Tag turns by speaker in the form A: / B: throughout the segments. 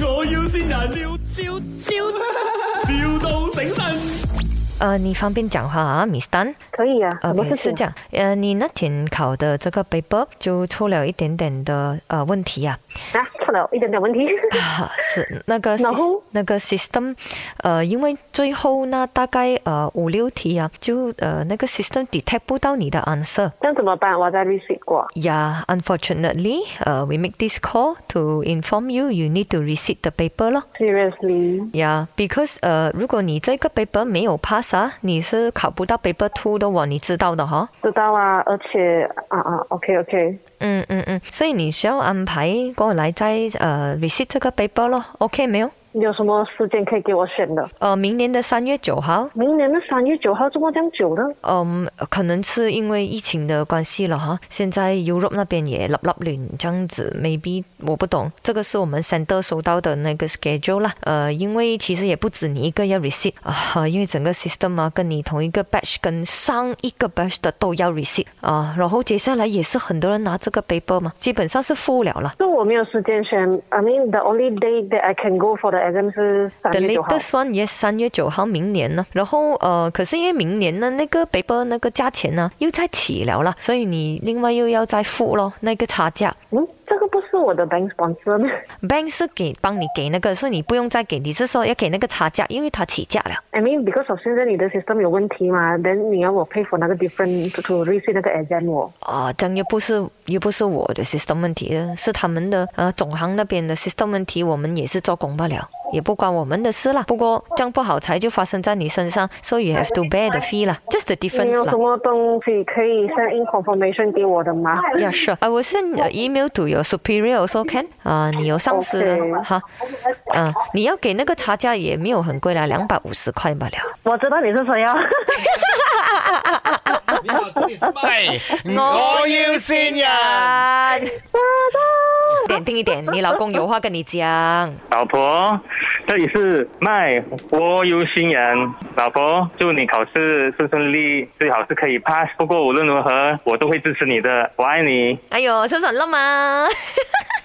A: 要先人，笑笑笑，,笑到醒神。
B: 呃，你方便讲话啊，Miss Tan。
C: 可以啊，什么
B: OK，
C: 事
B: 是
C: 情
B: 哦这？样。呃，你那天考的这个 paper 就出了一点点的呃问题啊。
C: 啊，出了一点点问题。
B: 啊，是那个
C: 然
B: sys-
C: 后
B: 那个 system，呃，因为最后那大概呃五六题啊，就呃那个 system detect 不到你的 answer。
C: 这样怎么办？我在 receipt 过。
B: Yeah, unfortunately, uh, we make this call to inform you you need to receipt the paper 咯。
C: Seriously，
B: Yeah, because 呃，如果你这个 paper 没有 pass 啊，你是考不到 paper two 的哦，你知道的哈、
C: 知道啊，而且啊啊，OK OK，
B: 嗯嗯嗯，所以你需要安排过来再呃 receipt 这个 paper 咯，OK 没有？
C: 你有什么时间可以给我选的？
B: 呃，明年的三月九号，
C: 明年的三月九号，怎么这样久呢？
B: 嗯，可能是因为疫情的关系了哈，现在 Europe 那边也立立乱这样子，maybe 我不懂，这个是我们 center 收到的那个 schedule 啦，呃，因为其实也不止你一个要 receipt 啊，因为整个 system 啊，跟你同一个 batch 跟上一个 batch 的都要 receipt 啊，然后接下来也是很多人拿这个 paper 嘛，基本上是 full 了啦。
C: 那我没有时间选。I mean the only day that I can go for the exam 是三
B: The
C: 月九号。
B: latest one yes，三月九号，明年呢。然后呃，可是因为明年呢，那个 paper 那个价钱呢又再起了啦，所以你另外又要再付咯那个差价。
C: 嗯，这个不是我的 bank sponsor 吗
B: Bank 是给帮你给那个，所以你不用再给，你是说要给那个差价，因为它起价了。
C: ？I mean because of 现在你的 system 有问题嘛，then 你要我 pay for 那个 different to- to receive 那个 exam 我。
B: 啊、这样又不是又不是我的 system 问题了，是他们的呃总行那边的 system 问题，我们也是做工不了，也不关我们的事啦。不过这样不好才就发生在你身上，so you have to bear the fee 啦，just the
C: 你
B: difference
C: 有
B: 啦
C: 什。么东西可以 send in confirmation 给我的吗？
B: Yeah, sure. I will send a email to your superior also can. 啊、你有上司的
C: Okay
B: 哈？嗯、你要给那个差价也没有很贵啦，两百五十块罢了。
C: 我知道你是谁啊。
A: 你好，这里是麦
D: 系我要先人，
B: 点定一点，你老公有话跟你讲。
E: 老婆，这里是麦我有新人。老婆，祝你考试顺顺利利，最好是可以 pass。不过无论如何，我都会支持你的，我爱你。
B: 哎呦，是不是很浪漫？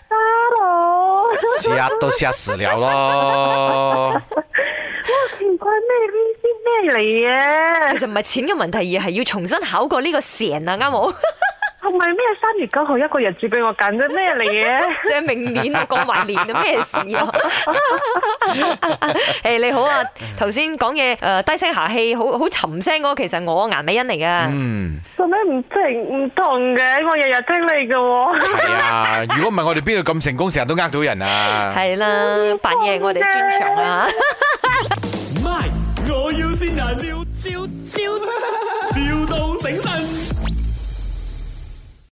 C: Hello，
D: 吓都吓死了咯。
C: 奇怪咩 V C 咩嚟
B: 其
C: 嘅？
B: 實唔係錢嘅問題，而係要重新考過呢個線啊，啱冇？
C: 係咪咩三月九號一個日子俾我揀啫？咩嚟嘅？
B: 哎即係明年啊，過埋年啊，咩事啊？ 誒、你好啊，頭先講嘢誒低聲下氣，好好沉聲嗰個，其實我顏美欣嚟㗎。
D: 嗯，
C: 做咩唔即係唔同嘅？我日日聽你嘅喎。
D: 系啊，如果唔系我哋边度咁成功，成日都呃到人啊。
B: 系啦，扮嘢係我哋專長啊。
A: 麦，我要先人，笑笑笑。